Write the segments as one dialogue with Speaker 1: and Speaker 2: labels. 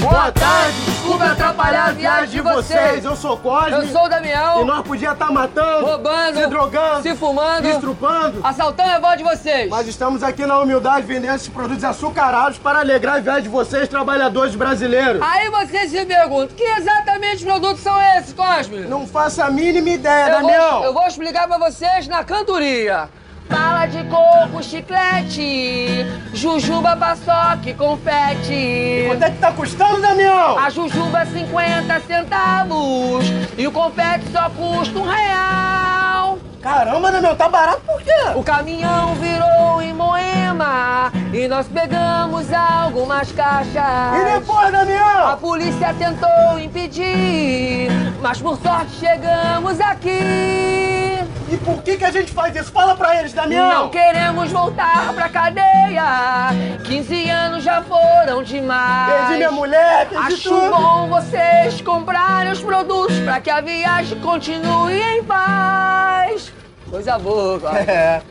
Speaker 1: Boa tarde, desculpa atrapalhar a viagem de vocês.
Speaker 2: Eu sou o Cosme.
Speaker 1: Eu sou o Damião.
Speaker 2: E nós podia estar matando,
Speaker 1: Roubando,
Speaker 2: se drogando,
Speaker 1: se fumando,
Speaker 2: estrupando.
Speaker 1: assaltando a avó de vocês.
Speaker 2: Mas estamos aqui na humildade vendendo esses produtos açucarados para alegrar a viagem de vocês, trabalhadores brasileiros.
Speaker 1: Aí vocês se perguntam, que exatamente produtos são esses, Cosme?
Speaker 2: Não faço a mínima ideia,
Speaker 1: eu,
Speaker 2: Damião.
Speaker 1: vou, eu vou explicar pra vocês na cantoria. Bala de coco, chiclete, jujuba, paçoque, confete.
Speaker 2: Quanto é que tá custando, Damião?
Speaker 1: A jujuba 50 centavos e o confete só custa um real.
Speaker 2: Caramba, Damião, tá barato por quê?
Speaker 1: O caminhão virou em Moema e nós pegamos algumas caixas.
Speaker 2: E depois, Damião?
Speaker 1: A polícia tentou impedir, mas por sorte chegamos aqui.
Speaker 2: E por que que a gente faz isso? Fala pra eles, Damião.
Speaker 1: Não queremos voltar pra cadeia. 15 anos já foram demais.
Speaker 2: Perdi minha mulher, perdi
Speaker 1: Acho
Speaker 2: tudo.
Speaker 1: bom vocês comprarem os produtos pra que a viagem continue em paz. Coisa boa, cara.
Speaker 2: É.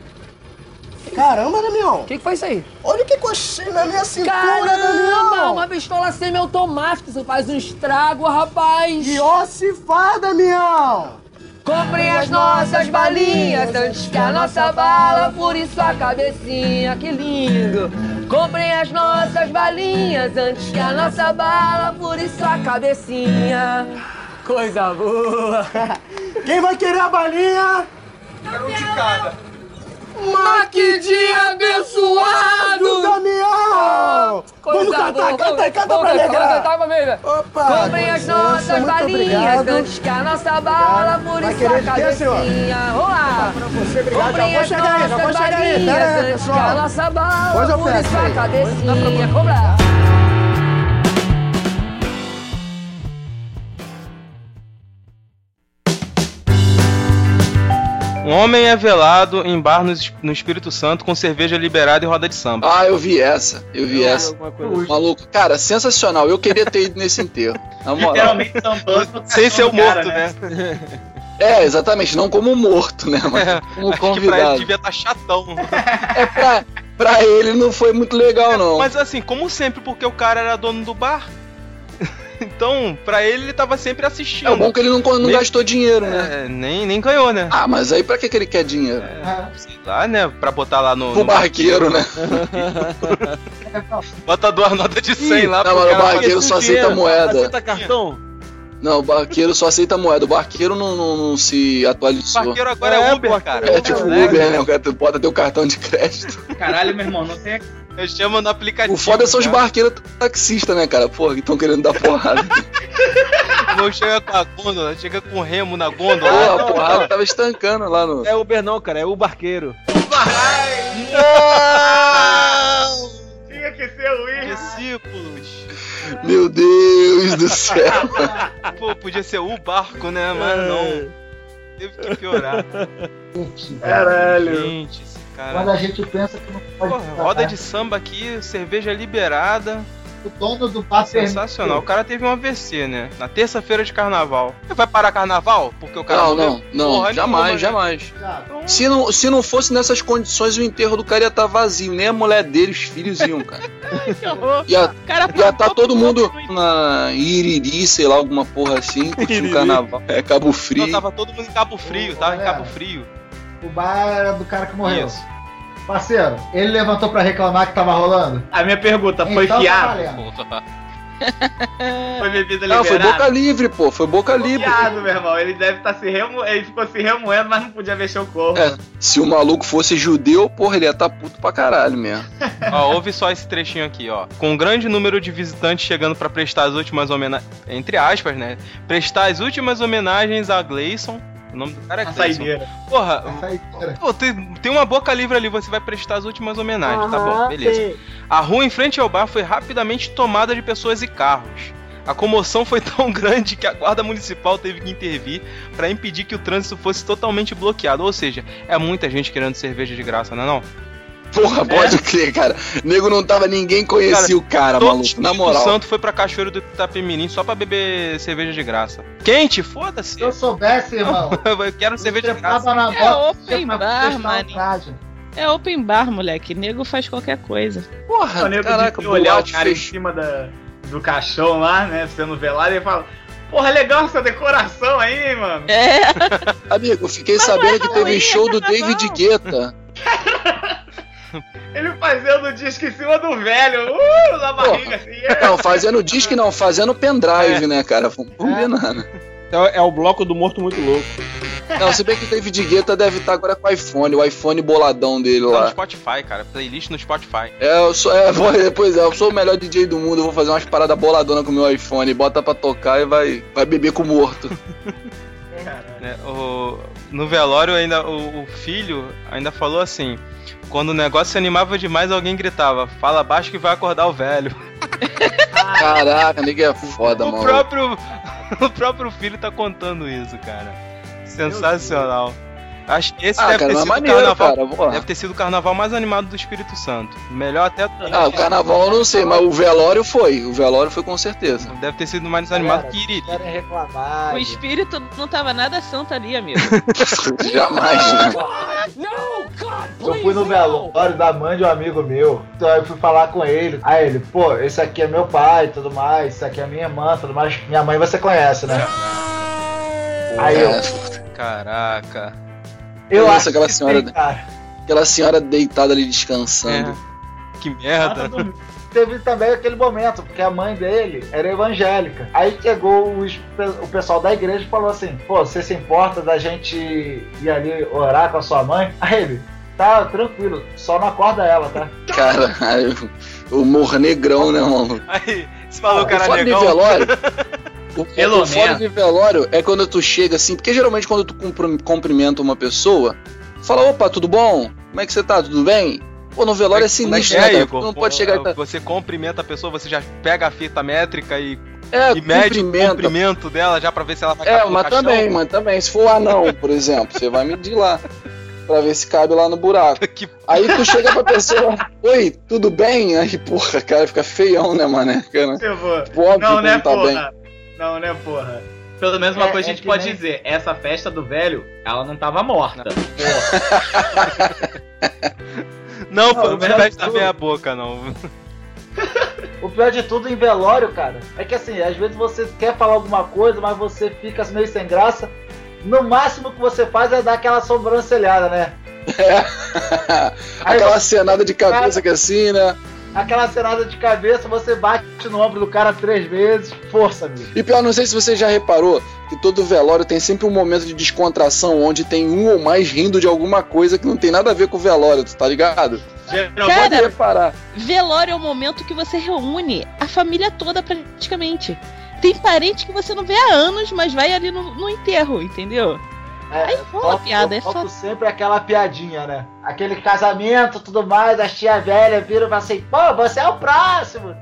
Speaker 2: Caramba, Damião.
Speaker 1: O que, que foi isso aí?
Speaker 2: Olha o que que eu achei na minha cintura,
Speaker 1: Caramba,
Speaker 2: Damião.
Speaker 1: uma pistola semiautomática, isso faz um estrago, rapaz.
Speaker 2: E ó, se fá, Damião.
Speaker 1: Comprem as nossas balinhas antes que a nossa bala fure sua cabecinha, que lindo. Comprem as nossas balinhas antes que a nossa bala fure sua cabecinha. Coisa boa.
Speaker 2: Quem vai querer a balinha?
Speaker 1: Mas que dia
Speaker 2: Do
Speaker 1: abençoado!
Speaker 2: Damião!
Speaker 1: Coisa
Speaker 2: Vamos cantar, canta
Speaker 1: boa,
Speaker 2: aí,
Speaker 1: vamos-
Speaker 2: canta
Speaker 1: vamos
Speaker 2: pra
Speaker 1: cantar, Vamos
Speaker 2: alegrar!
Speaker 1: cantar pra mim, velho.
Speaker 2: Opa!
Speaker 1: Comprem
Speaker 2: com
Speaker 1: as
Speaker 2: licença,
Speaker 1: nossas
Speaker 2: muito
Speaker 1: balinhas
Speaker 2: obrigado.
Speaker 1: antes que a nossa bala
Speaker 2: Obrigado.
Speaker 1: fure
Speaker 2: Vai
Speaker 1: sua
Speaker 2: querer de quê, senhor?
Speaker 1: cabecinha. Vamos lá!
Speaker 2: Pra você, obrigado. Já
Speaker 1: Comprem
Speaker 2: vou
Speaker 1: as
Speaker 2: chegar aí, já vou
Speaker 1: nossas
Speaker 2: chegar aí.
Speaker 1: balinhas
Speaker 2: Pera aí,
Speaker 1: antes que a
Speaker 2: pessoal.
Speaker 1: nossa bala
Speaker 2: Hoje eu
Speaker 1: fure
Speaker 2: peço
Speaker 1: sua
Speaker 2: aí.
Speaker 1: cabecinha. Vamos lá!
Speaker 3: Um homem é velado em bar no, es- no Espírito Santo com cerveja liberada e roda de samba.
Speaker 4: Ah, eu vi essa, eu vi assim. essa. Maluco, cara, sensacional. Eu queria ter ido nesse enterro. Na moral.
Speaker 5: Literalmente tampando.
Speaker 3: Sem ser o morto, né?
Speaker 4: É, exatamente, não como morto, né? Mas
Speaker 3: É,
Speaker 4: como
Speaker 3: Acho que pra ele
Speaker 4: convidado.
Speaker 3: devia estar chatão.
Speaker 4: É pra, pra ele não foi muito legal, não.
Speaker 3: Mas assim, como sempre, porque o cara era dono do bar. Então, pra ele, ele tava sempre assistindo.
Speaker 4: É bom que ele não, não
Speaker 3: Nem-
Speaker 4: gastou dinheiro, né?
Speaker 3: É, nem, nem ganhou, né?
Speaker 4: Ah, mas aí pra que, que ele quer dinheiro?
Speaker 3: Sei lá, né? Pra botar lá no.
Speaker 4: Pro
Speaker 3: no
Speaker 4: barqueiro, né?
Speaker 3: Bota duas notas de 100 lá
Speaker 4: Não,
Speaker 3: pro
Speaker 4: mano, o
Speaker 3: cara fazer-
Speaker 4: barqueiro só aceita moeda.
Speaker 6: Aceita cartão?
Speaker 4: Não, o barqueiro só aceita moeda. O barqueiro não, não- não se
Speaker 3: O
Speaker 4: atualizou.
Speaker 3: barqueiro agora é,
Speaker 6: É,
Speaker 3: Uber, cara.
Speaker 4: É tipo
Speaker 3: Né?
Speaker 4: Uber, né? O cara bota teu cartão de crédito.
Speaker 5: Caralho, meu irmão, não tem.
Speaker 3: Eu chamo no aplicativo.
Speaker 4: tipo- O foda são os
Speaker 3: cara.
Speaker 4: barqueiros taxistas, né, cara? Porra, que estão querendo dar porrada.
Speaker 3: Não chega com a gôndola, chega com o remo na gôndola.
Speaker 4: Porra, a porrada tava estancando lá no.
Speaker 6: Não Ah, é Uber não, cara, é o barqueiro.
Speaker 5: Tinha que ser o Will.
Speaker 3: Discípulos.
Speaker 4: Meu Deus do céu!
Speaker 3: Pô, podia ser o barco, né? Mas não.
Speaker 5: É.
Speaker 3: Teve que piorar.
Speaker 1: assim.
Speaker 5: Caralho.
Speaker 3: Gente, esse
Speaker 7: Quando
Speaker 3: cara.
Speaker 7: a gente pensa que não pode
Speaker 3: Porra,
Speaker 7: pagar,
Speaker 3: roda de samba aqui, cerveja liberada.
Speaker 7: o dono do bar
Speaker 3: Sensacional. O cara teve um AVC, né? Na terça-feira de carnaval. Vai parar carnaval? Porque o cara.
Speaker 4: Não, não,
Speaker 3: Porra
Speaker 4: não, jamais,
Speaker 3: nenhuma, né? Então-
Speaker 4: jamais.
Speaker 7: permite.
Speaker 4: Se não, se não fosse nessas condições, o enterro do cara ia estar vazio, nem a mulher dele, os filhos iam, cara.
Speaker 3: Que horror.
Speaker 4: Ia,
Speaker 3: O cara
Speaker 4: ia
Speaker 3: parou
Speaker 4: tá todo
Speaker 3: pro
Speaker 4: mundo
Speaker 3: outro no-
Speaker 4: na Iriri, sei lá, alguma porra assim, curtindo carnaval. É, Cabo
Speaker 3: Não,
Speaker 4: Frio.
Speaker 3: tava todo mundo em Cabo Frio, tava em
Speaker 7: Galera.
Speaker 3: Cabo Frio.
Speaker 7: O bar era do cara que morreu.
Speaker 3: Isso.
Speaker 7: Parceiro, ele levantou pra reclamar que tava rolando?
Speaker 5: A minha pergunta foi
Speaker 2: Então
Speaker 7: tá
Speaker 3: ah,
Speaker 5: fiado?
Speaker 7: valendo.
Speaker 5: Foi bebida liberada?
Speaker 4: Ah, foi boca livre, pô, foi boca livre.
Speaker 5: Fiado, meu irmão. Ele deve estar se remo... Ele ficou se remoendo, mas não podia mexer o corpo.
Speaker 4: É, se o maluco fosse judeu, porra, ele ia tá puto pra caralho mesmo.
Speaker 3: Ó, ouve só esse trechinho aqui, ó. Com um grande número de visitantes chegando pra prestar as últimas homenagens. Entre aspas, né? Prestar as últimas homenagens a Gleison. O nome do cara é
Speaker 5: A
Speaker 3: Cleison.
Speaker 5: saideira.
Speaker 3: Porra,
Speaker 7: Essa aí, cara.
Speaker 3: pô, tem, tem uma boca livre ali, você vai prestar as últimas homenagens. Tá bom, beleza. A rua em frente ao bar foi rapidamente tomada de pessoas e carros. A comoção foi tão grande que a guarda municipal teve que intervir para impedir que o trânsito fosse totalmente bloqueado. Ou seja, é muita gente querendo cerveja de graça, não é não? É.
Speaker 4: Porra, pode crer, cara. Nego não tava, ninguém conhecia o cara,
Speaker 3: Todo
Speaker 4: Tá maluco. Na
Speaker 3: Espírito
Speaker 4: moral.
Speaker 3: Santo foi pra Cachoeiro do Itapemirim só pra beber cerveja de graça. Quente? Foda-se.
Speaker 7: Se eu soubesse, irmão,
Speaker 3: Eu quero cerveja
Speaker 7: eu
Speaker 3: de graça.
Speaker 7: trepava na
Speaker 8: É
Speaker 7: bota
Speaker 8: open
Speaker 7: tinha pra
Speaker 8: bar,
Speaker 7: fechar o
Speaker 8: mano.
Speaker 7: traje.
Speaker 8: É open bar, moleque. Nego faz qualquer coisa.
Speaker 5: O
Speaker 4: Porra,
Speaker 5: nego
Speaker 4: caraca,
Speaker 5: de olhar o
Speaker 4: boate
Speaker 5: cara em
Speaker 4: fechado.
Speaker 5: cima da, do caixão lá, né? Sendo velado, e fala: Porra, legal essa decoração aí, hein, mano.
Speaker 8: É,
Speaker 4: Amigo, eu fiquei
Speaker 8: Mas não é
Speaker 4: sabendo que teve
Speaker 8: Halloween, é
Speaker 4: show do
Speaker 8: carnaval.
Speaker 4: David Guetta.
Speaker 5: Ele fazendo disco em cima do velho, uh, na barriga, assim. é.
Speaker 4: Não, fazendo disco não, fazendo pendrive, né, cara? Vamos combinar, né?
Speaker 6: É, é o bloco do Morto Muito Louco.
Speaker 4: Não, se bem que o David Guetta deve estar agora com o iPhone, o iPhone boladão dele
Speaker 3: Tá no
Speaker 4: lá.
Speaker 3: Spotify, cara. Playlist no Spotify.
Speaker 4: É, eu sou, é, vou- pois é, eu sou o melhor DJ do mundo, eu vou fazer umas paradas boladonas com o meu iPhone, bota pra tocar e vai, vai beber com o morto.
Speaker 3: né? O- no velório ainda o, o filho ainda falou assim: quando o negócio se animava demais, alguém gritava: "Fala baixo que vai acordar o velho".
Speaker 4: Caraca, nego é foda,
Speaker 3: o
Speaker 4: mano.
Speaker 3: próprio o próprio filho tá contando isso, cara. Sensacional. Acho que esse
Speaker 4: Ah,
Speaker 3: deve
Speaker 4: cara,
Speaker 3: ter
Speaker 4: mas
Speaker 3: sido
Speaker 4: maneiro,
Speaker 3: o carnaval,
Speaker 4: cara. Vou lá.
Speaker 5: É
Speaker 3: deve ter sido o carnaval mais animado do Espírito Santo. Melhor até
Speaker 4: Ah, o carnaval eu não sei, mas o velório foi. O velório foi com certeza.
Speaker 3: deve ter sido mais animado
Speaker 6: Galera,
Speaker 3: que Iriri.
Speaker 6: Querem reclamar.
Speaker 8: o espírito não tava nada santo ali, amigo.
Speaker 4: Jamais, né?
Speaker 7: Eu fui no velório da mãe de um amigo meu. Então aí eu fui falar com ele. Aí ele, pô, esse aqui é meu pai, tudo mais, esse aqui é minha irmã, tudo mais. Minha mãe você conhece,
Speaker 8: É.
Speaker 7: né? Aí
Speaker 3: É.
Speaker 7: eu,
Speaker 3: Caraca.
Speaker 7: eu
Speaker 4: Nossa,
Speaker 7: acho
Speaker 4: aquela
Speaker 7: que
Speaker 4: senhora-
Speaker 7: sim, cara.
Speaker 4: Aquela senhora deitada ali descansando.
Speaker 3: É. Que merda.
Speaker 7: Teve também aquele momento, porque a mãe dele era evangélica. Aí chegou os pe- o pessoal da igreja e falou assim: pô, você se importa da gente ir ali orar com a sua mãe? Aí ele, tá, tranquilo, só não acorda ela, tá?
Speaker 4: Caralho, o mornegrão, né, mano?
Speaker 3: Aí, esse
Speaker 7: Ah,
Speaker 3: maluco era
Speaker 4: foda de
Speaker 3: negão.
Speaker 4: velório. O,
Speaker 5: Pelo
Speaker 4: o foda
Speaker 5: menos.
Speaker 4: de velório é quando tu chega assim, porque geralmente quando tu cumpri- cumprimenta uma pessoa, fala, opa, tudo bom? Como é que você tá? Tudo bem? Pô, no velório é sinistro, né, cara? Tu não pode chegar e tá...
Speaker 3: é, Você cumprimenta a pessoa, você já pega a fita métrica e,
Speaker 4: É,
Speaker 3: e mede o
Speaker 4: cumprimenta.
Speaker 3: comprimento dela já pra ver se ela vai
Speaker 4: É,
Speaker 3: caber no
Speaker 4: mas
Speaker 3: caixão.
Speaker 4: também, mas também. Se for o anão, por exemplo, você vai medir lá. Pra ver se cabe lá no buraco.
Speaker 3: Que-
Speaker 4: Aí tu chega pra pessoa, oi, tudo bem? Aí, porra, cara, fica feião, né, mané? Cara,
Speaker 5: Tipo,
Speaker 4: óbvio
Speaker 5: não,
Speaker 4: que
Speaker 5: né,
Speaker 4: não tá bem.
Speaker 5: porra? Não, né, porra? Pelo menos uma
Speaker 7: É,
Speaker 5: coisa
Speaker 7: é
Speaker 5: a gente
Speaker 7: que
Speaker 5: pode
Speaker 7: nem-
Speaker 5: dizer: essa festa do velho, ela não tava morta.
Speaker 3: Não, pô, não
Speaker 7: mas é
Speaker 3: vai
Speaker 7: absurdo.
Speaker 3: bem a boca, não.
Speaker 7: O pior de tudo em velório, cara, é que assim, às vezes você quer falar alguma coisa, mas você fica meio sem graça. No máximo que você faz é dar aquela sobrancelhada, né? Aí
Speaker 4: Aquela cenada de cabeça que é assim, né?
Speaker 7: aquela cenada de cabeça, você bate no ombro do cara três vezes, força, amigo.
Speaker 4: E pior, não sei se você já reparou que todo velório tem sempre um momento de descontração onde tem um ou mais rindo de alguma coisa que não tem nada a ver com o velório, tu tá ligado?
Speaker 5: Geralmente,
Speaker 4: Pode
Speaker 8: Cara,
Speaker 4: reparar.
Speaker 8: velório é o momento que você reúne a família toda praticamente. Tem parente que você não vê há anos, mas vai ali no, no enterro, entendeu?
Speaker 7: É,
Speaker 8: Aí rola a piada, é
Speaker 7: eu solto
Speaker 8: só.
Speaker 7: sempre aquela piadinha, né? Aquele casamento, tudo mais, a tia velha vira e fala assim, pô, você é o próximo,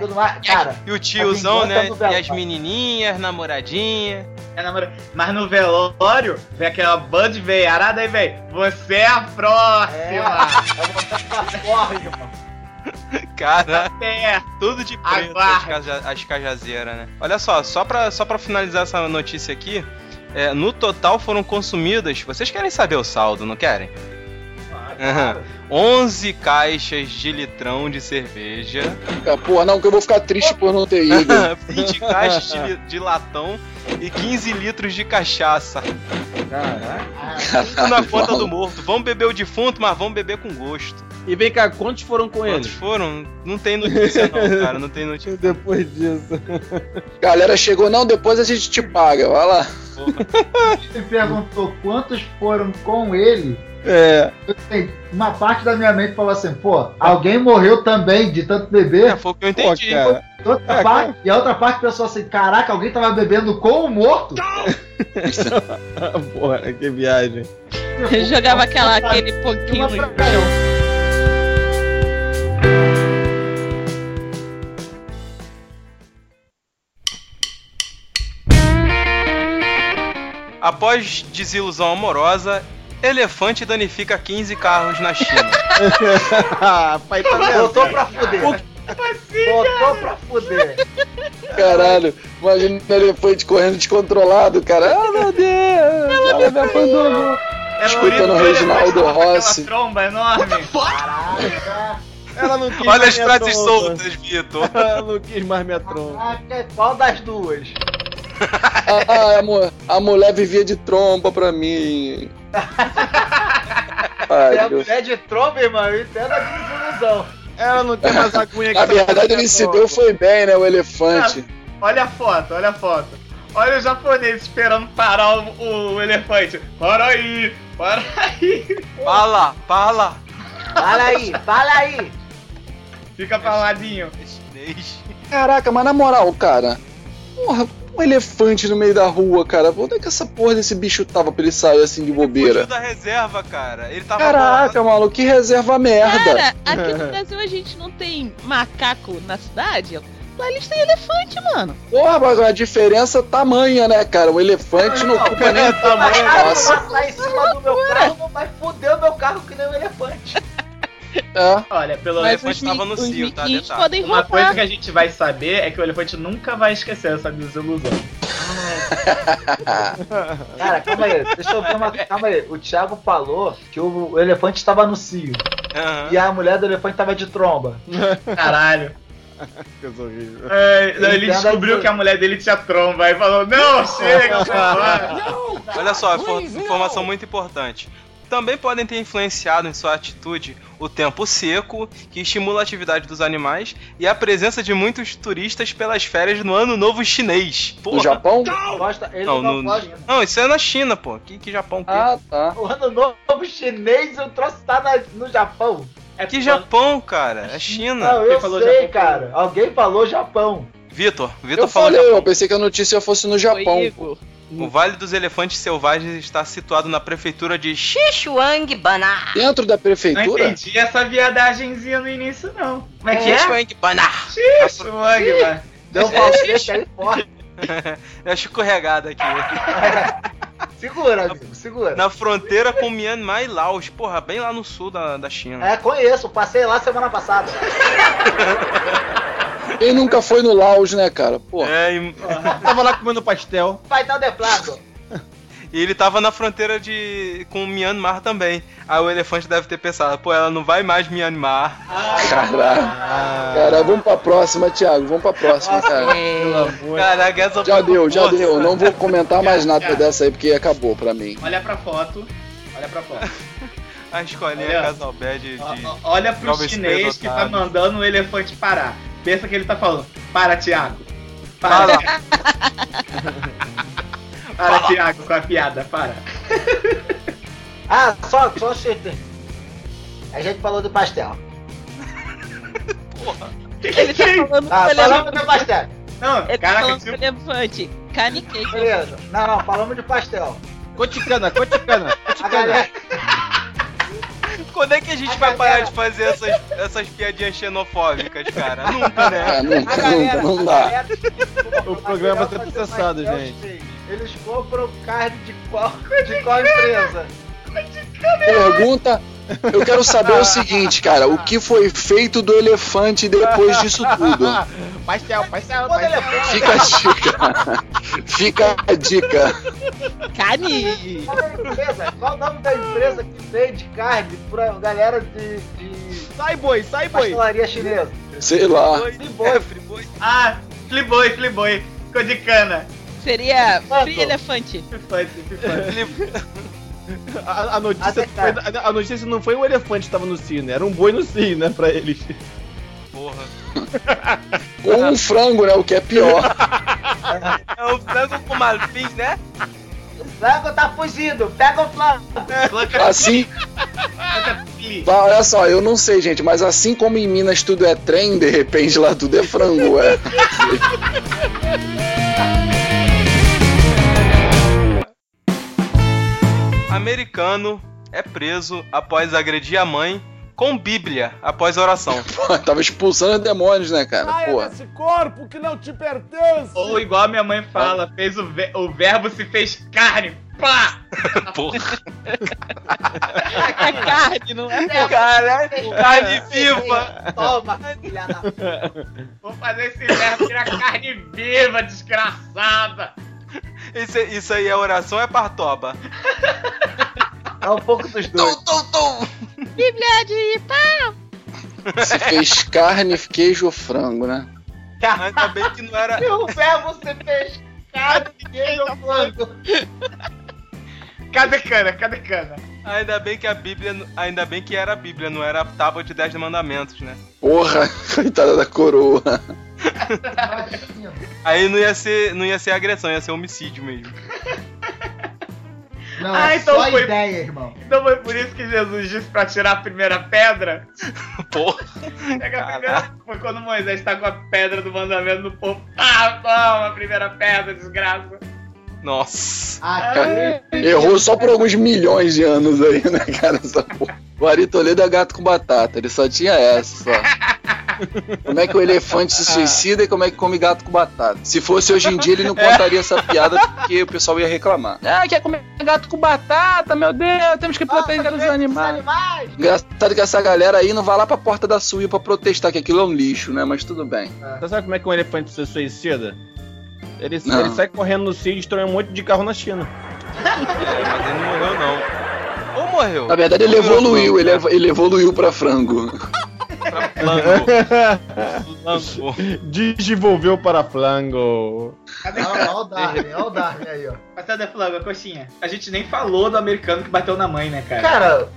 Speaker 7: tudo
Speaker 8: É.
Speaker 7: mais. Cara,
Speaker 3: E o tiozão,
Speaker 7: A vingança
Speaker 3: né?
Speaker 7: do velório.
Speaker 3: E as menininhas, namoradinha.
Speaker 5: é namoro- mas no velório, vem aquela banda de veiarada e vem: Você é a
Speaker 7: é, eu
Speaker 5: próxima!
Speaker 7: vou pra fora, irmão.
Speaker 3: Cara,
Speaker 5: É.
Speaker 3: tudo de preto, as,
Speaker 5: Aguarde.
Speaker 3: caja, as cajazeiras, né? Olha só, só pra, só pra finalizar essa notícia aqui, é, no total foram consumidas. Vocês querem saber o saldo, não querem? Aham. 11 caixas de litrão de cerveja,
Speaker 4: Ah, Porra, não, que eu vou ficar triste por não ter ido.
Speaker 3: 20 caixas de, li- de latão e 15 litros de cachaça.
Speaker 6: Caraca.
Speaker 5: É
Speaker 3: Tudo na conta do
Speaker 4: maluco.
Speaker 3: morto. Vamos beber o defunto, mas vamos beber com gosto.
Speaker 6: E vem cá, quantos foram com
Speaker 3: Quantos
Speaker 6: ele?
Speaker 3: foram? Não tem notícia não, cara. Não tem notícia.
Speaker 6: Depois disso.
Speaker 4: Galera chegou, não, depois a gente te paga, vai lá.
Speaker 7: Você perguntou quantos foram com ele.
Speaker 6: É.
Speaker 7: Eu sei, Uma parte da minha mente falou assim, pô, alguém morreu também de tanto beber.
Speaker 3: É, Foi o que eu
Speaker 6: Pô,
Speaker 3: entendi.
Speaker 6: cara.
Speaker 7: Outra
Speaker 6: É,
Speaker 7: parte, e a outra parte pensou assim, caraca, alguém tava bebendo com o morto?
Speaker 6: Porra, que viagem.
Speaker 8: Eu jogava aquela, aquele pouquinho no chão.
Speaker 3: Após desilusão amorosa, elefante danifica 15 carros na China.
Speaker 6: Pai, tá vendo?
Speaker 7: Botou pra fuder. Botou pra fuder.
Speaker 4: Caralho, imagina um elefante correndo descontrolado, cara. Ah, meu Deus! Ela, me abandonou.
Speaker 5: É
Speaker 4: Escutando o Reginaldo Rossi.
Speaker 5: tromba enorme.
Speaker 6: Ela não quis
Speaker 3: Olha
Speaker 6: mais
Speaker 3: as
Speaker 6: minha
Speaker 3: frases
Speaker 6: tromba.
Speaker 3: soltas, Vitor.
Speaker 6: Ela não quis mais minha tromba.
Speaker 7: Caraca, Qual das duas?
Speaker 4: Ah, a, mu- a mulher vivia de tromba pra mim.
Speaker 7: Se É a
Speaker 4: Ai, Deus.
Speaker 7: mulher de tromba, irmão, eu entendo a desilusão.
Speaker 6: Ela não quer mais a cunha que
Speaker 4: Na
Speaker 6: tá
Speaker 4: verdade,
Speaker 6: fazendo
Speaker 4: ele se
Speaker 6: agora.
Speaker 4: deu foi bem, né? O elefante.
Speaker 5: Olha a foto, olha a foto. Olha o japonês esperando parar o, o elefante. Para aí, para aí.
Speaker 3: Fala, fala.
Speaker 7: Fala aí, fala aí.
Speaker 5: Fica paladinho.
Speaker 3: É chinês.
Speaker 4: Caraca, mas na moral, cara. Porra, um elefante no meio da rua, cara. Onde é que essa porra desse bicho tava pra ele sair assim de
Speaker 3: Fugiu
Speaker 4: bobeira?
Speaker 3: da reserva, cara. Ele tava
Speaker 4: Caraca, maluco, que reserva merda.
Speaker 8: Cara, aqui no Brasil a gente não tem macaco na cidade. Lá eles têm elefante, mano.
Speaker 4: Porra, mas a diferença é tamanha, né, cara? O elefante não ocupa nem
Speaker 7: Mas
Speaker 4: tamanho.
Speaker 7: cara,
Speaker 4: Nossa,
Speaker 7: passar em cima do meu carro, não vai fuder o meu carro que nem um elefante.
Speaker 4: é.
Speaker 5: Olha, pelo
Speaker 8: Mas
Speaker 3: elefante
Speaker 8: os, mi
Speaker 3: tava no
Speaker 8: os
Speaker 3: cio, tá?
Speaker 8: miquinhos
Speaker 3: Detalhe.
Speaker 8: podem
Speaker 5: Uma coisa
Speaker 8: roubar.
Speaker 5: que a gente vai saber é que o elefante nunca vai esquecer essa desilusão.
Speaker 7: Cara, calma aí, deixa eu ver uma. Calma aí. O Thiago falou que o, o elefante estava no cio
Speaker 3: Aham.
Speaker 7: e a mulher do elefante estava de tromba.
Speaker 5: Caralho.
Speaker 6: Coisa horrível.
Speaker 5: É, não, ele
Speaker 7: Entenda
Speaker 5: descobriu
Speaker 7: que-
Speaker 5: que a mulher dele tinha tromba e falou: Não, chega, vambora."
Speaker 3: Olha só, infor- informação muito importante. Também podem ter influenciado em sua atitude o tempo seco, que estimula a atividade dos animais, e a presença de muitos turistas pelas férias no Ano Novo Chinês.
Speaker 4: No
Speaker 3: Porra.
Speaker 4: Japão?
Speaker 7: Não gosta, ele
Speaker 3: Não,
Speaker 7: não,
Speaker 3: no-
Speaker 7: gosta.
Speaker 3: Não, isso é na China, pô. Que, que Japão que?
Speaker 4: né? Ah, tá.
Speaker 7: O ano novo chinês, o troço tá na- no Japão.
Speaker 5: É
Speaker 3: que Japão, cara? É China.
Speaker 7: Não, eu
Speaker 5: quem falou
Speaker 7: sei,
Speaker 5: Japão foi
Speaker 7: cara. Alguém falou Japão.
Speaker 3: Vitor, Vitor
Speaker 4: ah, Eu
Speaker 3: falou
Speaker 4: falei,
Speaker 3: Japão.
Speaker 4: eu pensei que a notícia fosse no Japão.
Speaker 8: Foi, Igor.
Speaker 3: O Vale dos Elefantes Selvagens está situado na prefeitura de Xi.
Speaker 1: Xixuang Baná.
Speaker 4: Dentro da
Speaker 5: Não
Speaker 4: prefeitura?
Speaker 5: entendi essa viadagemzinha no início, não. Como é que é?
Speaker 3: Xi-
Speaker 5: Xixi, Wagner.
Speaker 7: Deu um falsete aí forte.
Speaker 3: É escorregada aqui. né?
Speaker 7: Segura, amigo, segura.
Speaker 3: Na fronteira com Myanmar e Laos. Porra, bem lá no sul da, da China.
Speaker 7: É, conheço, passei lá semana passada.
Speaker 4: Quem nunca foi no Laos, né, cara? Pô,
Speaker 3: É, e,
Speaker 6: Tava lá comendo pastel.
Speaker 7: Vai dar o deplado.
Speaker 3: e ele tava na fronteira de com Myanmar também. Aí o elefante deve ter pensado, pô, ela não vai mais Myanmar.
Speaker 4: caralho. Cara, vamos pra próxima, Thiago. Vamos pra próxima, cara.
Speaker 6: Pelo amor
Speaker 3: Caraca, essa
Speaker 4: Já deu, já
Speaker 3: Nossa.
Speaker 4: deu. Não vou comentar mais nada dessa aí, porque acabou pra mim.
Speaker 5: Olha pra foto. Olha pra foto.
Speaker 3: A escolinha
Speaker 5: Olha.
Speaker 3: Casalbé de.
Speaker 5: Ó,
Speaker 6: Ah.
Speaker 3: de...
Speaker 5: ó, Olha pro
Speaker 3: Jovens
Speaker 5: chinês que tá
Speaker 3: predotados.
Speaker 5: mandando o elefante parar. Pensa que ele tá falando. Para, Tiago. Para,
Speaker 3: Fala.
Speaker 5: para Tiago, com a piada, para.
Speaker 7: Ah, só, só chute. A gente falou do pastel.
Speaker 8: Ele tá falando
Speaker 7: Ah,
Speaker 8: do
Speaker 7: falamos
Speaker 8: elefante.
Speaker 7: do pastel.
Speaker 5: Não,
Speaker 8: Ele tá
Speaker 5: caraca,
Speaker 8: falando do
Speaker 5: tipo,
Speaker 8: elefante. Carne e queijo.
Speaker 7: Beleza. Não, não, falamos de pastel.
Speaker 6: de- Coticana, coticana,
Speaker 7: A
Speaker 6: coticana.
Speaker 7: galera,
Speaker 3: Quando é que a
Speaker 5: Ah,
Speaker 3: gente vai parar de fazer essas, essas piadinhas xenofóbicas, cara? Nunca, né?
Speaker 4: Ah,
Speaker 7: a
Speaker 4: nunca, nunca,
Speaker 7: galera,
Speaker 4: não
Speaker 7: a
Speaker 4: dá.
Speaker 7: galera desculpa,
Speaker 6: O programa
Speaker 7: mas
Speaker 6: tá
Speaker 7: fazer
Speaker 6: processado,
Speaker 7: pastel,
Speaker 6: gente.
Speaker 7: sim. Eles compram carne de qual, de qual empresa?
Speaker 4: Pergunta. Eu quero saber o seguinte, cara. O que foi feito do elefante depois disso tudo?
Speaker 6: Pastel, pastel,
Speaker 7: Quando ele é
Speaker 6: pastel.
Speaker 7: bom,
Speaker 4: Fica a dica. Fica a dica.
Speaker 8: Carne.
Speaker 7: qual é a empresa? Qual o nome da empresa que vende carne pra galera de, de
Speaker 6: Sai boi, sai boi.
Speaker 7: pastelaria chinesa? é
Speaker 4: Sei lá.
Speaker 3: Friboi, friboi.
Speaker 5: ah, fliboi, fliboi. Ficou de cana.
Speaker 8: Seria free
Speaker 7: Mano.
Speaker 8: elefante.
Speaker 5: Pifante, pifante.
Speaker 6: A, a notícia
Speaker 7: Até
Speaker 6: foi- a, a notícia não foi um elefante que tava no sino, era um boi no sino, né, pra eles.
Speaker 3: Porra.
Speaker 4: Ou um frango, né? O que é pior.
Speaker 3: É um frango com malfim, né?
Speaker 7: O frango tá fugindo, pega o frango.
Speaker 5: Planta
Speaker 4: Assim,
Speaker 5: pli.
Speaker 4: Bah, olha só, eu não sei, gente, mas assim como em Minas tudo é trem, de repente lá tudo é frango, é.
Speaker 3: americano é preso após agredir a mãe com Bíblia após a oração.
Speaker 4: Pô, tava expulsando os demônios, né, cara?
Speaker 2: Saia
Speaker 4: Porra.
Speaker 2: é desse corpo que não te pertence!
Speaker 5: Ou igual a minha mãe fala, fez o, ve- o verbo se fez carne. Pá!
Speaker 3: Porra.
Speaker 8: É carne, não é?
Speaker 3: Cara, carne tá viva!
Speaker 1: Viva! Toma, filha da
Speaker 5: Vou fazer esse verbo virar carne viva, desgraçada!
Speaker 3: Isso, isso aí é oração, é partoba.
Speaker 7: É um pouco dos dois.
Speaker 8: Bíblia de pau!
Speaker 4: Se fez carne, queijo ou frango, né?
Speaker 3: Ainda bem que não era.
Speaker 1: E o verbo se fez carne, queijo, frango.
Speaker 5: Tá Cadê cana? Cadê cana?
Speaker 3: Ainda bem que a Bíblia. Ainda bem que era a Bíblia, não era a tábua de 10 mandamentos, né?
Speaker 4: Porra, coitada da coroa.
Speaker 3: Aí não ia ser, não ia ser agressão, ia ser homicídio mesmo.
Speaker 7: Não,
Speaker 5: Ah,
Speaker 7: é
Speaker 5: então
Speaker 7: só
Speaker 5: foi-
Speaker 7: ideia, irmão.
Speaker 5: Então foi por isso que Jesus disse pra tirar a primeira pedra?
Speaker 3: Porra.
Speaker 5: Pega a primeira... Foi quando Moisés tá com a pedra do mandamento no povo. Ah, toma a primeira pedra, desgraça!
Speaker 3: Nossa.
Speaker 7: Ah,
Speaker 5: Caralho.
Speaker 4: Errou só por alguns milhões de anos aí, né, cara? Essa porra. O Ari Toledo é gato com batata, ele só tinha essa. só. Como é que o elefante se suicida e como é que come gato com batata? Se fosse hoje em dia, ele não contaria essa piada porque o pessoal ia reclamar. Ah, quer comer gato com batata, meu Deus, temos que proteger os animais.
Speaker 1: Animais.
Speaker 4: Engraçado que essa galera aí não vai lá pra porta da Suíça pra protestar, que aquilo é um lixo, né? Mas tudo bem.
Speaker 6: Você sabe como é que um elefante se suicida? Ele,
Speaker 4: Não.
Speaker 6: ele sai correndo no sítio e destrói um monte de carro na China.
Speaker 3: É, mas ele não morreu, não. Ou morreu?
Speaker 4: Na verdade, ele evoluiu, ele, ev- ele evoluiu pra frango.
Speaker 3: Lango. Lango.
Speaker 6: Desenvolveu para flango.
Speaker 5: Cadê
Speaker 7: Olha o Darwin, olha o Darwin aí, ó.
Speaker 5: Marcelo de Flávio, coxinha. A gente nem falou do americano que bateu na mãe, né, cara?
Speaker 7: Cara,
Speaker 6: Não,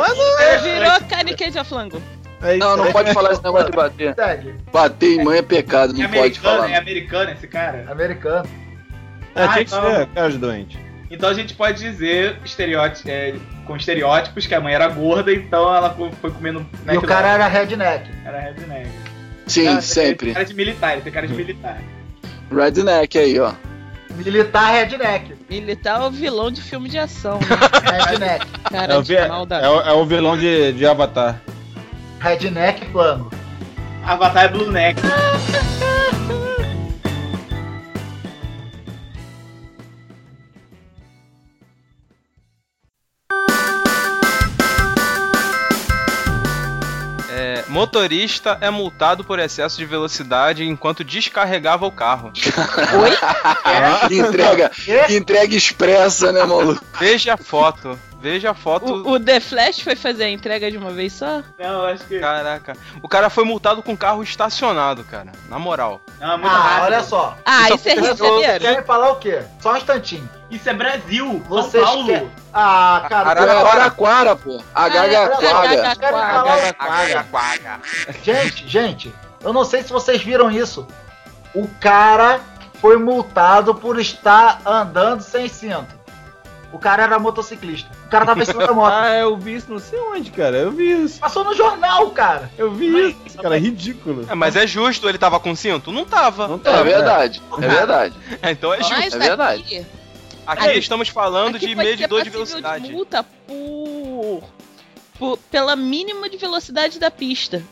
Speaker 6: mas não é.
Speaker 8: Virou carne queijo a flango.
Speaker 6: é isso
Speaker 4: Não, não
Speaker 6: aí.
Speaker 4: pode falar esse negócio de bater.
Speaker 7: segue.
Speaker 4: Bater em mãe é pecado,
Speaker 5: é
Speaker 4: não pode
Speaker 5: americano,
Speaker 4: falar.
Speaker 5: é americano esse cara?
Speaker 7: Americano. então.
Speaker 6: É, tinha que
Speaker 5: Ah,
Speaker 6: ser, cara de doente.
Speaker 5: Então a gente pode dizer estereóti- é, com estereótipos que a mãe era gorda, então ela co- foi comendo.
Speaker 7: E o cara era redneck.
Speaker 5: Era redneck.
Speaker 4: Sim,
Speaker 5: Cara, Tem
Speaker 4: sempre.
Speaker 5: cara de militar, ele tem cara de militar.
Speaker 4: Redneck aí, ó.
Speaker 7: Militar redneck.
Speaker 8: Militar é o vilão de filme de ação. Né?
Speaker 7: Redneck.
Speaker 8: Cara
Speaker 6: É o,
Speaker 8: de
Speaker 6: vi-
Speaker 8: mal da
Speaker 6: é o- é o vilão de, de Avatar.
Speaker 7: redneck flango.
Speaker 5: Avatar é Blue Neck.
Speaker 3: É, motorista é multado por excesso de velocidade enquanto descarregava o carro.
Speaker 4: Que entrega, que entrega expressa, né, maluco?
Speaker 3: Veja a foto. Veja a foto.
Speaker 8: O, o The Flash foi fazer a entrega de uma vez só?
Speaker 5: Não, acho que.
Speaker 3: Caraca. O cara foi multado com o carro estacionado, cara. Na moral.
Speaker 5: Não, é muito
Speaker 7: Ah,
Speaker 5: rápido.
Speaker 7: olha só.
Speaker 8: Ah, isso é Rio de Janeiro.
Speaker 7: Você vai falar o quê? Só um instantinho.
Speaker 5: Isso é Brasil,
Speaker 7: Você
Speaker 5: São Paulo.
Speaker 7: esque- Ah, cara.
Speaker 4: Era Araraquara, É, pô. é Agagaquara.
Speaker 5: é
Speaker 7: Agagaquara. Gente, gente, eu não sei se vocês viram isso. O cara foi multado por estar andando sem cinto. O cara era motociclista. O cara tava em cima da moto.
Speaker 6: Ah,
Speaker 3: é.
Speaker 6: eu vi isso não sei onde, cara. Eu vi isso.
Speaker 7: Passou no jornal, cara.
Speaker 6: Eu vi isso, cara. É ridículo.
Speaker 3: É, mas é justo, ele tava com cinto? Não tava.
Speaker 6: Não
Speaker 4: É
Speaker 6: tá, velho.
Speaker 4: verdade, é verdade.
Speaker 3: Então é justo.
Speaker 8: Mas
Speaker 4: é verdade.
Speaker 8: aqui-
Speaker 3: Aqui
Speaker 8: Aí.
Speaker 3: estamos falando
Speaker 8: aqui
Speaker 3: de
Speaker 8: pode ser
Speaker 3: medidor de
Speaker 8: passível
Speaker 3: velocidade.
Speaker 8: multa por, por- pela mínima de velocidade da pista.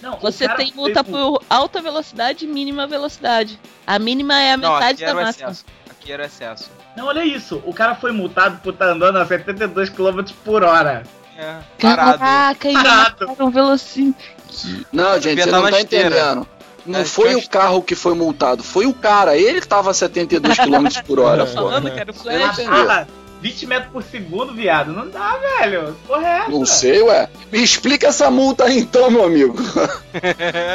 Speaker 5: Não, o
Speaker 8: Você
Speaker 5: cara
Speaker 8: tem
Speaker 5: fez
Speaker 8: multa
Speaker 5: um-
Speaker 8: por alta velocidade e mínima velocidade. A mínima é a
Speaker 3: Não,
Speaker 8: metade
Speaker 3: aqui
Speaker 8: da
Speaker 3: era assim, o
Speaker 8: máxima.
Speaker 3: excesso. Aqui era o excesso.
Speaker 5: Não, olha isso. O cara foi multado por estar andando a 72 km por hora.
Speaker 3: É, parado.
Speaker 8: Caraca, ainda
Speaker 5: Parado.
Speaker 8: mataram um velocinho.
Speaker 4: Não, gente,
Speaker 3: Devia
Speaker 4: você
Speaker 3: tá
Speaker 4: não
Speaker 3: na
Speaker 4: tá
Speaker 3: esteira.
Speaker 4: entendendo.
Speaker 3: É,
Speaker 4: Não foi
Speaker 3: tinha-
Speaker 4: o carro que foi multado, foi o cara. Ele que tava a 72 km por hora, pô.
Speaker 8: Falando, cara, o
Speaker 4: Você não
Speaker 8: Flash.
Speaker 4: entendeu?
Speaker 5: Ah, 20 metros por segundo, viado. Não dá, velho. Porra, é essa?
Speaker 4: Não sei, ué. Me explica essa multa aí então, meu amigo.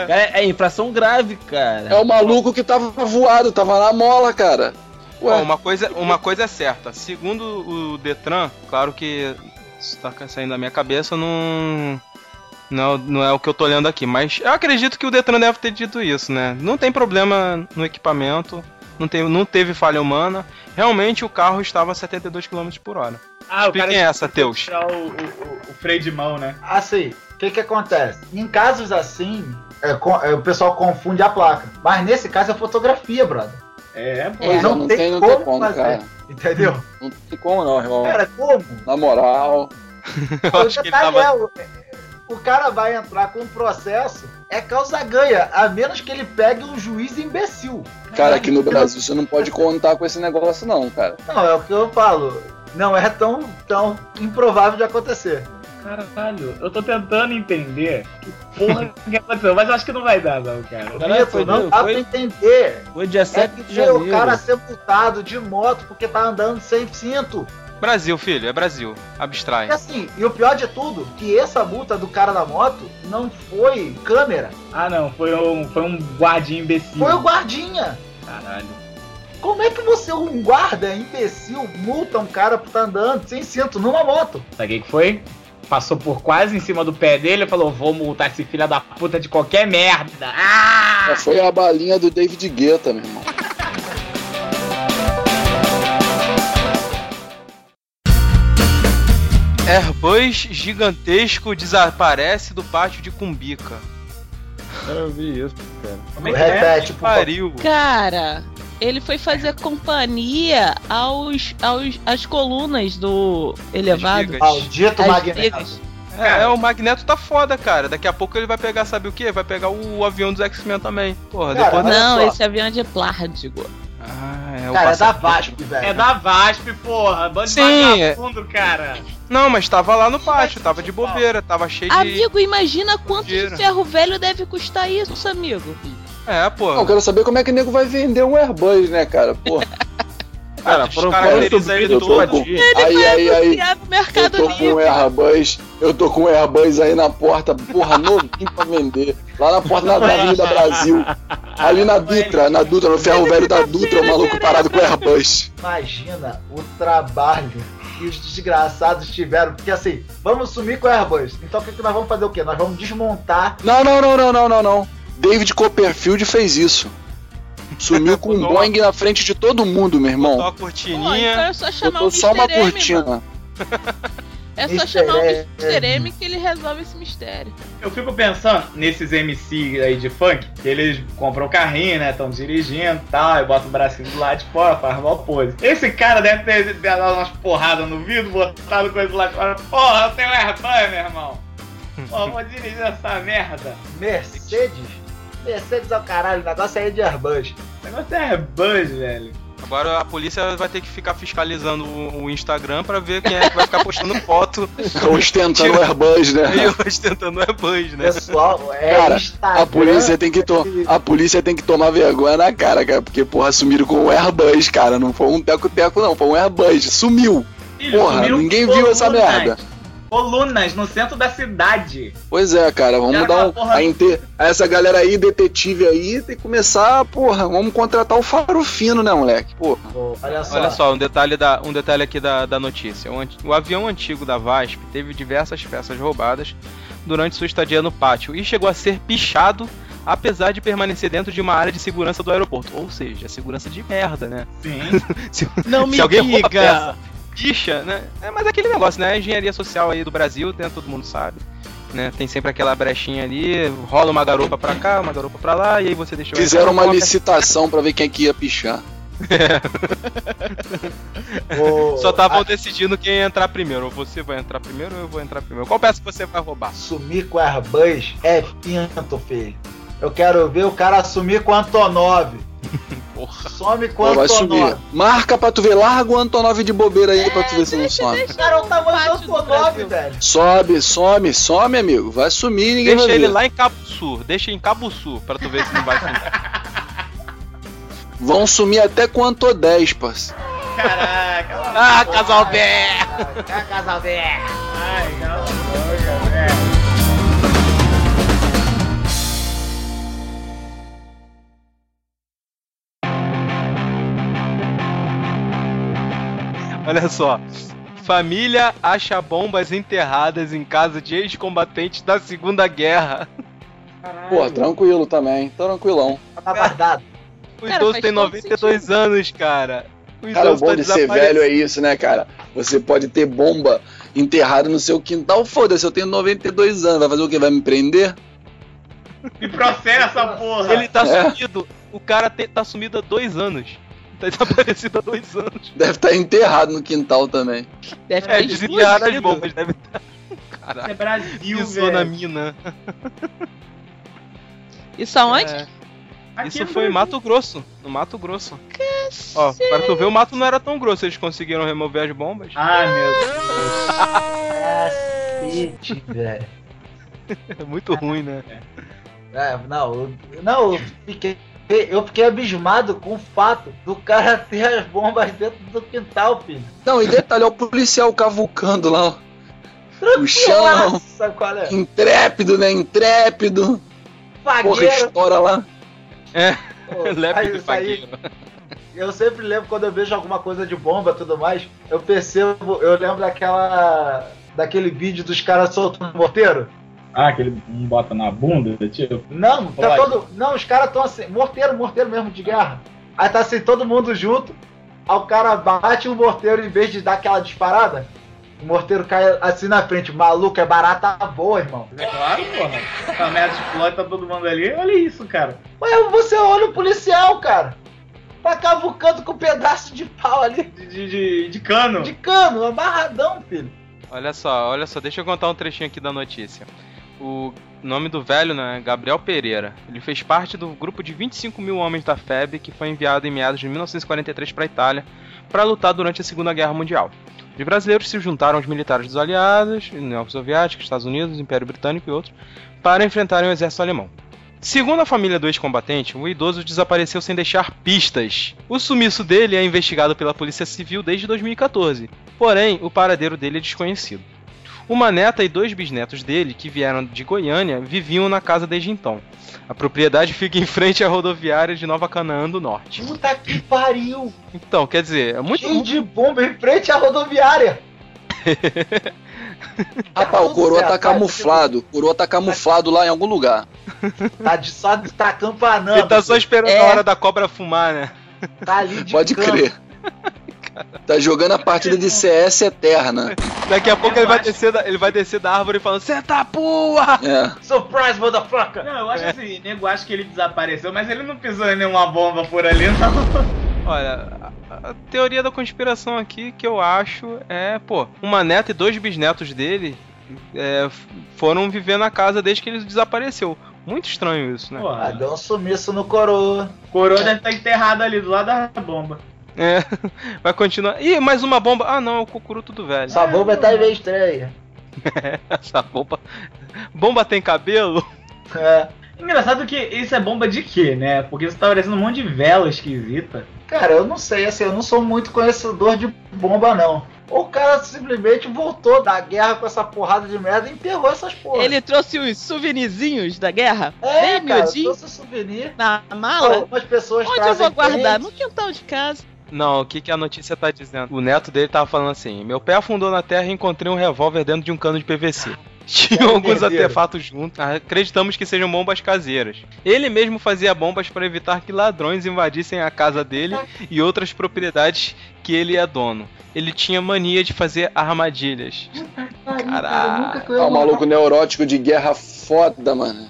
Speaker 6: É, é infração grave, cara.
Speaker 4: É o maluco que tava voado, tava na mola, cara.
Speaker 3: Ó,
Speaker 4: Ué,
Speaker 3: uma, coisa, uma coisa é certa. Segundo o Detran, claro que isso tá saindo da minha cabeça, não. Não, não é o que eu tô olhando aqui, mas eu acredito que o Detran deve ter dito isso, né? Não tem problema no equipamento, não, tem, não teve falha humana. Realmente o carro estava a 72 km por hora.
Speaker 5: Ah, o cara
Speaker 3: Expliquem essa, Teus.
Speaker 5: tirar o, o, o freio de mão, né?
Speaker 7: Assim, o que que acontece? Em casos assim, é, co- é, o pessoal confunde a placa. Mas nesse caso é fotografia, brother.
Speaker 5: É, pô.
Speaker 4: pois é,
Speaker 7: não
Speaker 4: não
Speaker 7: tem
Speaker 4: tem, não tem
Speaker 7: como
Speaker 4: como,
Speaker 7: fazer.
Speaker 4: cara.
Speaker 7: Entendeu?
Speaker 4: Não tem como não, irmão.
Speaker 7: Cara, como?
Speaker 4: Na moral.
Speaker 7: O detalhe é, o- o cara vai entrar com um processo, é causa-ganha, a menos que ele pegue um juiz imbecil.
Speaker 4: Cara, aqui no Brasil você não pode contar com esse negócio, não, cara.
Speaker 7: Não, é o que eu falo. Não é tão, tão improvável de acontecer.
Speaker 5: Caralho, eu tô tentando entender que porra que aconteceu, mas eu acho que não vai dar, não, cara.
Speaker 7: Vitor, não dá pra entender.
Speaker 9: Foi dia
Speaker 7: É
Speaker 9: 7
Speaker 7: que
Speaker 9: de
Speaker 7: ver
Speaker 9: janeiro.
Speaker 7: o cara ser multado de moto porque tá andando sem cinto.
Speaker 3: Brasil, filho, é Brasil. Abstrai.
Speaker 7: E assim, e o pior de tudo, que essa multa do cara da moto não foi câmera.
Speaker 5: Ah não, foi um, foi um guardinha imbecil.
Speaker 7: Foi o guardinha.
Speaker 5: Caralho.
Speaker 7: Como é que você, um guarda imbecil, multa um cara por tá andando sem cinto numa moto?
Speaker 5: Sabe o que foi? Passou por quase em cima do pé dele e falou: Vou multar esse filho da puta de qualquer merda. Ah!
Speaker 4: Foi a balinha do David Guetta, meu irmão.
Speaker 3: Airbus gigantesco desaparece do pátio de Cumbica.
Speaker 9: Eu vi isso, cara.
Speaker 3: Como é que é? Repete, por favor. Pariu.
Speaker 8: Cara, ele foi fazer companhia aos, aos, às colunas do elevado.
Speaker 3: vigas. Maldito
Speaker 8: Às
Speaker 3: Magneto.
Speaker 8: vigas.
Speaker 3: É, é, o Magneto tá foda, cara. Daqui a pouco ele vai pegar, sabe o quê? Vai pegar o avião dos X-Men também. Porra, depois
Speaker 8: não, esse avião é de plástico.
Speaker 3: Ah, é o
Speaker 8: Cara, é da
Speaker 7: VASP, velho.
Speaker 5: É da VASP, porra. Bando
Speaker 3: Sim,
Speaker 5: de
Speaker 3: é.
Speaker 5: vagabundo, cara.
Speaker 3: Não, mas tava lá no pátio, tava de bobeira, tava cheio de.
Speaker 8: Amigo, imagina quanto de
Speaker 3: Mentira.
Speaker 8: ferro velho deve custar isso, amigo.
Speaker 3: É, pô.
Speaker 4: Eu quero saber como é que o nego vai vender um Airbus, né, cara? Pô.
Speaker 9: Cara,
Speaker 4: foram
Speaker 9: caracteriza ele todo.
Speaker 4: Aí, aí, aí. Eu
Speaker 8: mercado
Speaker 4: tô com um Airbus, eu tô com um Airbus aí na porta, porra, novinho pra vender. Lá na porta da, da Avenida Brasil. Ali na Dutra, na Dutra, no ferro velho da Dutra, o maluco parado com o Airbus.
Speaker 7: Imagina o trabalho que os desgraçados tiveram. Porque assim, vamos sumir com o Airbus. Então o que, que nós vamos fazer o quê? Nós vamos desmontar.
Speaker 4: Não, não, não, não, não, não, não. David Copperfield fez isso. Sumiu com um Boeing na frente de todo mundo, meu irmão. Botou a
Speaker 8: Pô, então é só chamar o
Speaker 4: só uma
Speaker 8: Mr. M,
Speaker 4: cortina.
Speaker 8: É só
Speaker 4: Mr.
Speaker 8: chamar o
Speaker 4: M.
Speaker 8: Mr. M que ele resolve esse mistério.
Speaker 5: Eu fico pensando nesses MC aí de funk, que eles compram o carrinho, né? Estão dirigindo e tal, e botam o bracinho do lado de fora, faz mal pose. Esse cara deve ter dado umas porradas no vidro, botado coisa lá de fora. Porra, eu tenho Airbus, meu irmão. Pô, vou dirigir essa merda.
Speaker 7: Mercedes? Mercedes ao caralho, o negócio aí é de Airbus.
Speaker 5: O negócio é Airbus, velho.
Speaker 3: Agora a polícia vai ter que ficar fiscalizando o o Instagram pra ver quem é que vai ficar postando foto.
Speaker 4: Ostentando o Airbus, né?
Speaker 3: E ostentando o Airbus, né?
Speaker 7: Pessoal, é
Speaker 4: Cara, a polícia, é tem que to- a polícia tem que tomar vergonha na cara, cara, porque, porra, sumiram com um Airbus, cara. Não foi um teco-teco, não, foi um Airbus. Sumiu.
Speaker 5: Filho,
Speaker 4: Porra,
Speaker 5: sumiram
Speaker 4: ninguém
Speaker 5: colunas.
Speaker 4: viu essa merda.
Speaker 5: Colunas no centro da cidade.
Speaker 4: Pois é, cara, vamos
Speaker 5: Cara,
Speaker 4: dar um,
Speaker 5: porra.
Speaker 4: a inte- a essa galera aí, detetive aí, tem que começar, porra, vamos contratar o farofino, né, moleque? Porra.
Speaker 7: Olha
Speaker 3: Olha só, um detalhe, da, um detalhe aqui da, da notícia. O, anti- o avião antigo da VASP teve diversas peças roubadas durante sua estadia no pátio e chegou a ser pichado, apesar de permanecer dentro de uma área de segurança do aeroporto. Ou seja, é segurança de merda, né?
Speaker 5: Sim.
Speaker 3: se,
Speaker 9: Não
Speaker 3: se
Speaker 9: me
Speaker 3: alguém rouba a
Speaker 9: diga.
Speaker 3: peça, picha, né? É, mas é aquele negócio, né? A engenharia social aí do Brasil, né? todo mundo sabe. Né? Tem sempre aquela brechinha ali, rola uma garopa pra cá, uma garopa pra lá, e aí você deixa...
Speaker 4: Fizeram uma
Speaker 3: Coloca-
Speaker 4: licitação pra ver quem é que ia pichar.
Speaker 3: Só estavam decidindo quem ia entrar primeiro. Ou você vai entrar primeiro ou eu vou entrar primeiro. Qual peça você vai roubar?
Speaker 7: Sumir com o Airbus é pinto, filho. Eu quero ver o cara assumir com o Antonov.
Speaker 3: Porra.
Speaker 7: Some com o
Speaker 4: Pô, vai sumir.
Speaker 7: Antonov.
Speaker 4: Marca pra tu ver, larga o Antonov de bobeira aí pra tu ver se não some.
Speaker 7: Cara, o tamanho do Antonov, velho.
Speaker 4: Sobe, some, some, amigo. Vai sumir, ninguém
Speaker 3: Deixa
Speaker 4: vai
Speaker 3: ele
Speaker 4: ver.
Speaker 3: lá em Cabo Sul. Deixa em Cabo Sul pra tu ver se não vai sumir.
Speaker 4: Vão sumir até com o Anto 10, parceiro.
Speaker 3: ah, Casalbé!
Speaker 7: Ah, Casalbé!
Speaker 5: Ai, não, não, cara.
Speaker 3: Olha só. Família acha bombas enterradas em casa de ex-combatentes da Segunda Guerra.
Speaker 4: Pô, tranquilo também, tranquilão.
Speaker 7: Tá guardado.
Speaker 3: O idoso tem 92 anos, cara. O
Speaker 4: Cara, o
Speaker 3: idoso
Speaker 4: bom
Speaker 3: tá
Speaker 4: de ser
Speaker 3: desaparecido.
Speaker 4: velho é isso, né, cara? Você pode ter bomba enterrada no seu quintal, foda-se, eu tenho 92 anos, vai fazer o quê? Vai me prender?
Speaker 5: Me processa, porra.
Speaker 3: Ele tá
Speaker 4: É.
Speaker 3: sumido. O cara te- tá sumido há dois anos. Tá desaparecido há dois anos.
Speaker 4: Deve estar enterrado no quintal também.
Speaker 8: Deve
Speaker 3: é,
Speaker 4: ter
Speaker 3: desenterraram as
Speaker 4: explodido.
Speaker 3: bombas, deve estar. Caraca.
Speaker 5: É Brasil,
Speaker 3: Pisou
Speaker 5: velho.
Speaker 3: na mina.
Speaker 8: Isso aonde?
Speaker 3: É.
Speaker 5: Aqui é
Speaker 3: Isso
Speaker 5: no
Speaker 3: foi em
Speaker 5: Brasil.
Speaker 3: Mato Grosso. No Mato Grosso. é, Ó, pra tu ver, o mato não era tão grosso, eles conseguiram remover as bombas.
Speaker 5: Ai, Ah, meu
Speaker 7: Cacete, velho.
Speaker 3: É muito ruim, né?
Speaker 7: É, não, eu, não, eu fiquei. Eu fiquei abismado com o fato do cara ter as bombas dentro do quintal, filho.
Speaker 4: Não, e detalhe, ó, o policial cavucando lá. ó. O chão.
Speaker 7: Nossa, qual é?
Speaker 4: Intrépido, né? Intrépido. Porra,
Speaker 7: Fagueira.
Speaker 4: estoura lá.
Speaker 3: É.
Speaker 7: Pô, aí,
Speaker 3: Lépido e
Speaker 7: isso aí,
Speaker 3: fagueiro.
Speaker 7: Eu sempre lembro quando eu vejo alguma coisa de bomba e tudo mais, eu percebo, eu lembro daquela. daquele vídeo dos caras soltando o morteiro.
Speaker 5: Ah, que ele não bota na bunda, tipo.
Speaker 7: Não, tá
Speaker 5: Pode.
Speaker 7: todo. Não, os caras estão assim, morteiro, morteiro mesmo de guerra. Aí tá assim, todo mundo junto. Aí o cara bate o morteiro em vez de dar aquela disparada. O morteiro cai assim na frente. Maluco, é barata boa, irmão.
Speaker 5: É claro, porra. A merda explode, tá todo mundo ali. Olha isso, cara.
Speaker 7: Ué, você olha o policial, cara. Tá cavucando com um pedaço de pau ali.
Speaker 5: De, de, de cano.
Speaker 7: De cano, amarradão, filho.
Speaker 3: Olha só, olha só, deixa eu contar um trechinho aqui da notícia. O nome do velho, né, é Gabriel Pereira. Ele fez parte do grupo de 25 mil homens da FEB que foi enviado em meados de 1943 para a Itália para lutar durante a Segunda Guerra Mundial. Os brasileiros se juntaram aos militares dos aliados, União Soviética, Estados Unidos, Império Britânico e outros, para enfrentarem o exército alemão. Segundo a família do ex-combatente, o idoso desapareceu sem deixar pistas. O sumiço dele é investigado pela Polícia Civil desde 2014, porém, o paradeiro dele é desconhecido. Uma neta e dois bisnetos dele, que vieram de Goiânia, viviam na casa desde então. A propriedade fica em frente à rodoviária de Nova Canaã do Norte.
Speaker 7: Puta que pariu.
Speaker 3: Então, quer dizer, é muito.
Speaker 7: Cheio de bomba em frente à rodoviária.
Speaker 4: Rapaz, o coroa
Speaker 7: certo,
Speaker 4: tá
Speaker 7: vai,
Speaker 4: camuflado. O coroa tá camuflado lá em algum lugar.
Speaker 7: Tá de só de tá campanando.
Speaker 3: Ele tá só esperando
Speaker 7: É.
Speaker 3: a hora da cobra fumar, né?
Speaker 7: Tá ali de
Speaker 4: Pode
Speaker 7: cano.
Speaker 4: crer. Tá jogando a partida de CS eterna.
Speaker 3: Daqui a pouco ele vai, descer da, ele vai descer da árvore falando: Cê tá pua!
Speaker 4: É.
Speaker 7: Surprise, motherfucker!
Speaker 5: Não, eu acho
Speaker 3: É.
Speaker 5: assim, nego acho que ele desapareceu, mas ele não pisou em nenhuma bomba por ali, tá, não.
Speaker 3: Olha, a, a teoria da conspiração aqui que eu acho é, pô, uma neta e dois bisnetos dele é, f- foram viver na casa desde que ele desapareceu. Muito estranho isso, né?
Speaker 7: Ah, deu um sumiço no coroa.
Speaker 5: Coroa deve estar enterrado ali do lado da bomba.
Speaker 3: É, vai continuar. Ih, mais uma bomba. Ah, não, é o cucuruto do velho.
Speaker 7: Essa bomba tá meio estranha.
Speaker 3: Essa bomba. Bomba tem cabelo?
Speaker 7: É.
Speaker 5: Engraçado que isso é bomba de quê, né? Porque isso tá parecendo um monte de vela esquisita.
Speaker 7: Cara, eu não sei, assim, eu não sou muito conhecedor de bomba, não. O cara simplesmente voltou da guerra com essa porrada de merda e enterrou essas porras.
Speaker 8: Ele trouxe os souvenirzinhos da guerra?
Speaker 7: É,
Speaker 8: Bem
Speaker 7: cara,
Speaker 8: miudinho,
Speaker 7: trouxe souvenir.
Speaker 8: na mala?
Speaker 7: Algumas pessoas
Speaker 8: Onde eu
Speaker 7: trazem
Speaker 8: vou guardar?
Speaker 7: presente.
Speaker 8: No quintal de casa.
Speaker 3: Não, o que, que a notícia tá dizendo? O neto dele tava falando assim: meu pé afundou na terra e encontrei um revólver dentro de um cano de PVC. Tinham
Speaker 7: Era
Speaker 3: alguns
Speaker 7: herdeiro.
Speaker 3: artefatos juntos. Acreditamos que sejam bombas caseiras. Ele mesmo fazia bombas para evitar que ladrões invadissem a casa dele e outras propriedades que ele é dono. Ele tinha mania de fazer armadilhas. Caraca.
Speaker 4: Tá um maluco neurótico de guerra foda, mano.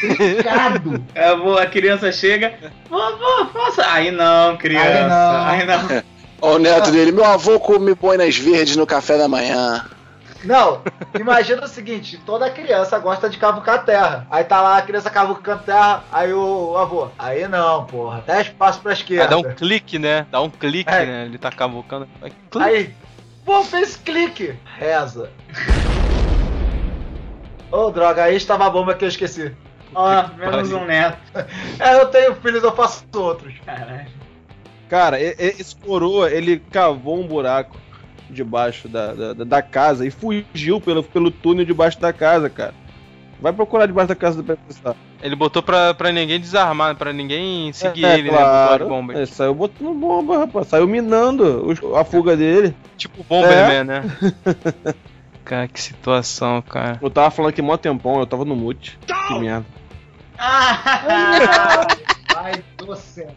Speaker 7: Picado.
Speaker 5: É, vou- a criança chega. Vovô, faça. Aí não, criança. Aí
Speaker 7: Aí
Speaker 5: não.
Speaker 4: Ó o neto dele. Meu avô come boinas verdes no café da manhã.
Speaker 7: Não, imagina o seguinte, toda criança gosta de cavucar terra. Aí tá lá a criança cavucando terra, aí o avô, aí não, porra, dá espaço pra
Speaker 3: Aí dá
Speaker 7: esquerda.
Speaker 3: um clique, né? Dá um clique,
Speaker 7: É.
Speaker 3: né? Ele tá cavucando. Vai, clique.
Speaker 7: Aí, pô, fez clique, reza. Ô, droga, aí estava a bomba que eu esqueci.
Speaker 5: Ó, menos
Speaker 3: pariu.
Speaker 5: um neto.
Speaker 7: É, eu tenho filhos, eu faço outros.
Speaker 5: Caralho.
Speaker 9: Cara, e- e- esse coroa, ele cavou um buraco debaixo da, da, da- da casa e fugiu pelo, pelo túnel debaixo da casa, cara. Vai procurar debaixo da casa do pessoal.
Speaker 3: Ele botou pra, pra ninguém desarmar, pra ninguém seguir
Speaker 9: É,
Speaker 3: ele, né?
Speaker 9: claro.
Speaker 3: Com bombas.
Speaker 9: Ele saiu botando bomba, rapaz. Saiu minando os- a fuga dele. É.
Speaker 3: Tipo Bomberman, né? Cara, que situação, cara.
Speaker 9: Eu tava falando aqui mó tempão, eu tava no mute. Que merda.
Speaker 5: Ah,
Speaker 7: Ai, do céu.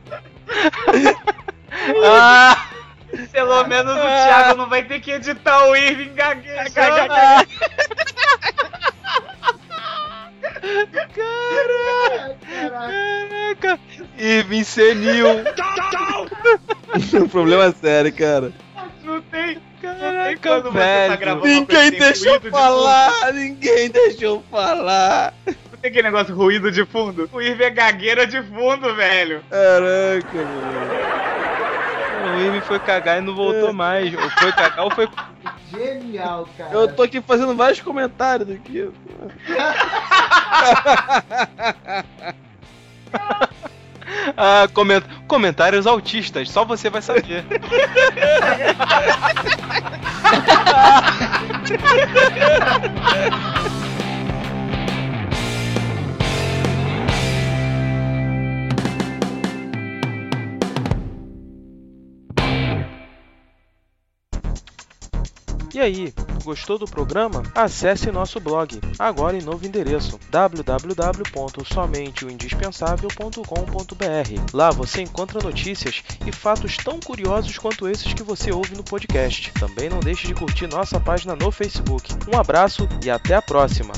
Speaker 3: Ah,
Speaker 5: pelo menos o Thiago não vai ter que editar o Irving gaguejando.
Speaker 3: caraca! Irving senil!
Speaker 9: um problema sério, cara.
Speaker 5: Não tem.
Speaker 9: Caraca,
Speaker 5: quando você tá
Speaker 9: velho.
Speaker 5: gravando
Speaker 9: ninguém
Speaker 5: com
Speaker 9: deixou
Speaker 5: circuito de
Speaker 9: falar, ninguém deixou falar.
Speaker 5: Não tem aquele negócio ruído de fundo? O Irv é gagueira de fundo, velho.
Speaker 9: Caraca, mano.
Speaker 3: O Irving foi cagar e não voltou mais. Ou foi cagar ou foi.
Speaker 7: Genial, cara.
Speaker 9: Eu tô aqui fazendo vários comentários aqui.
Speaker 3: Ah, coment... Comentários autistas, só você vai saber. E aí, gostou do programa? Acesse nosso blog, agora em novo endereço www.somenteoindispensável.com.br. Lá você encontra notícias e fatos tão curiosos quanto esses que você ouve no podcast. Também não deixe de curtir nossa página no Facebook. Um abraço e até a próxima!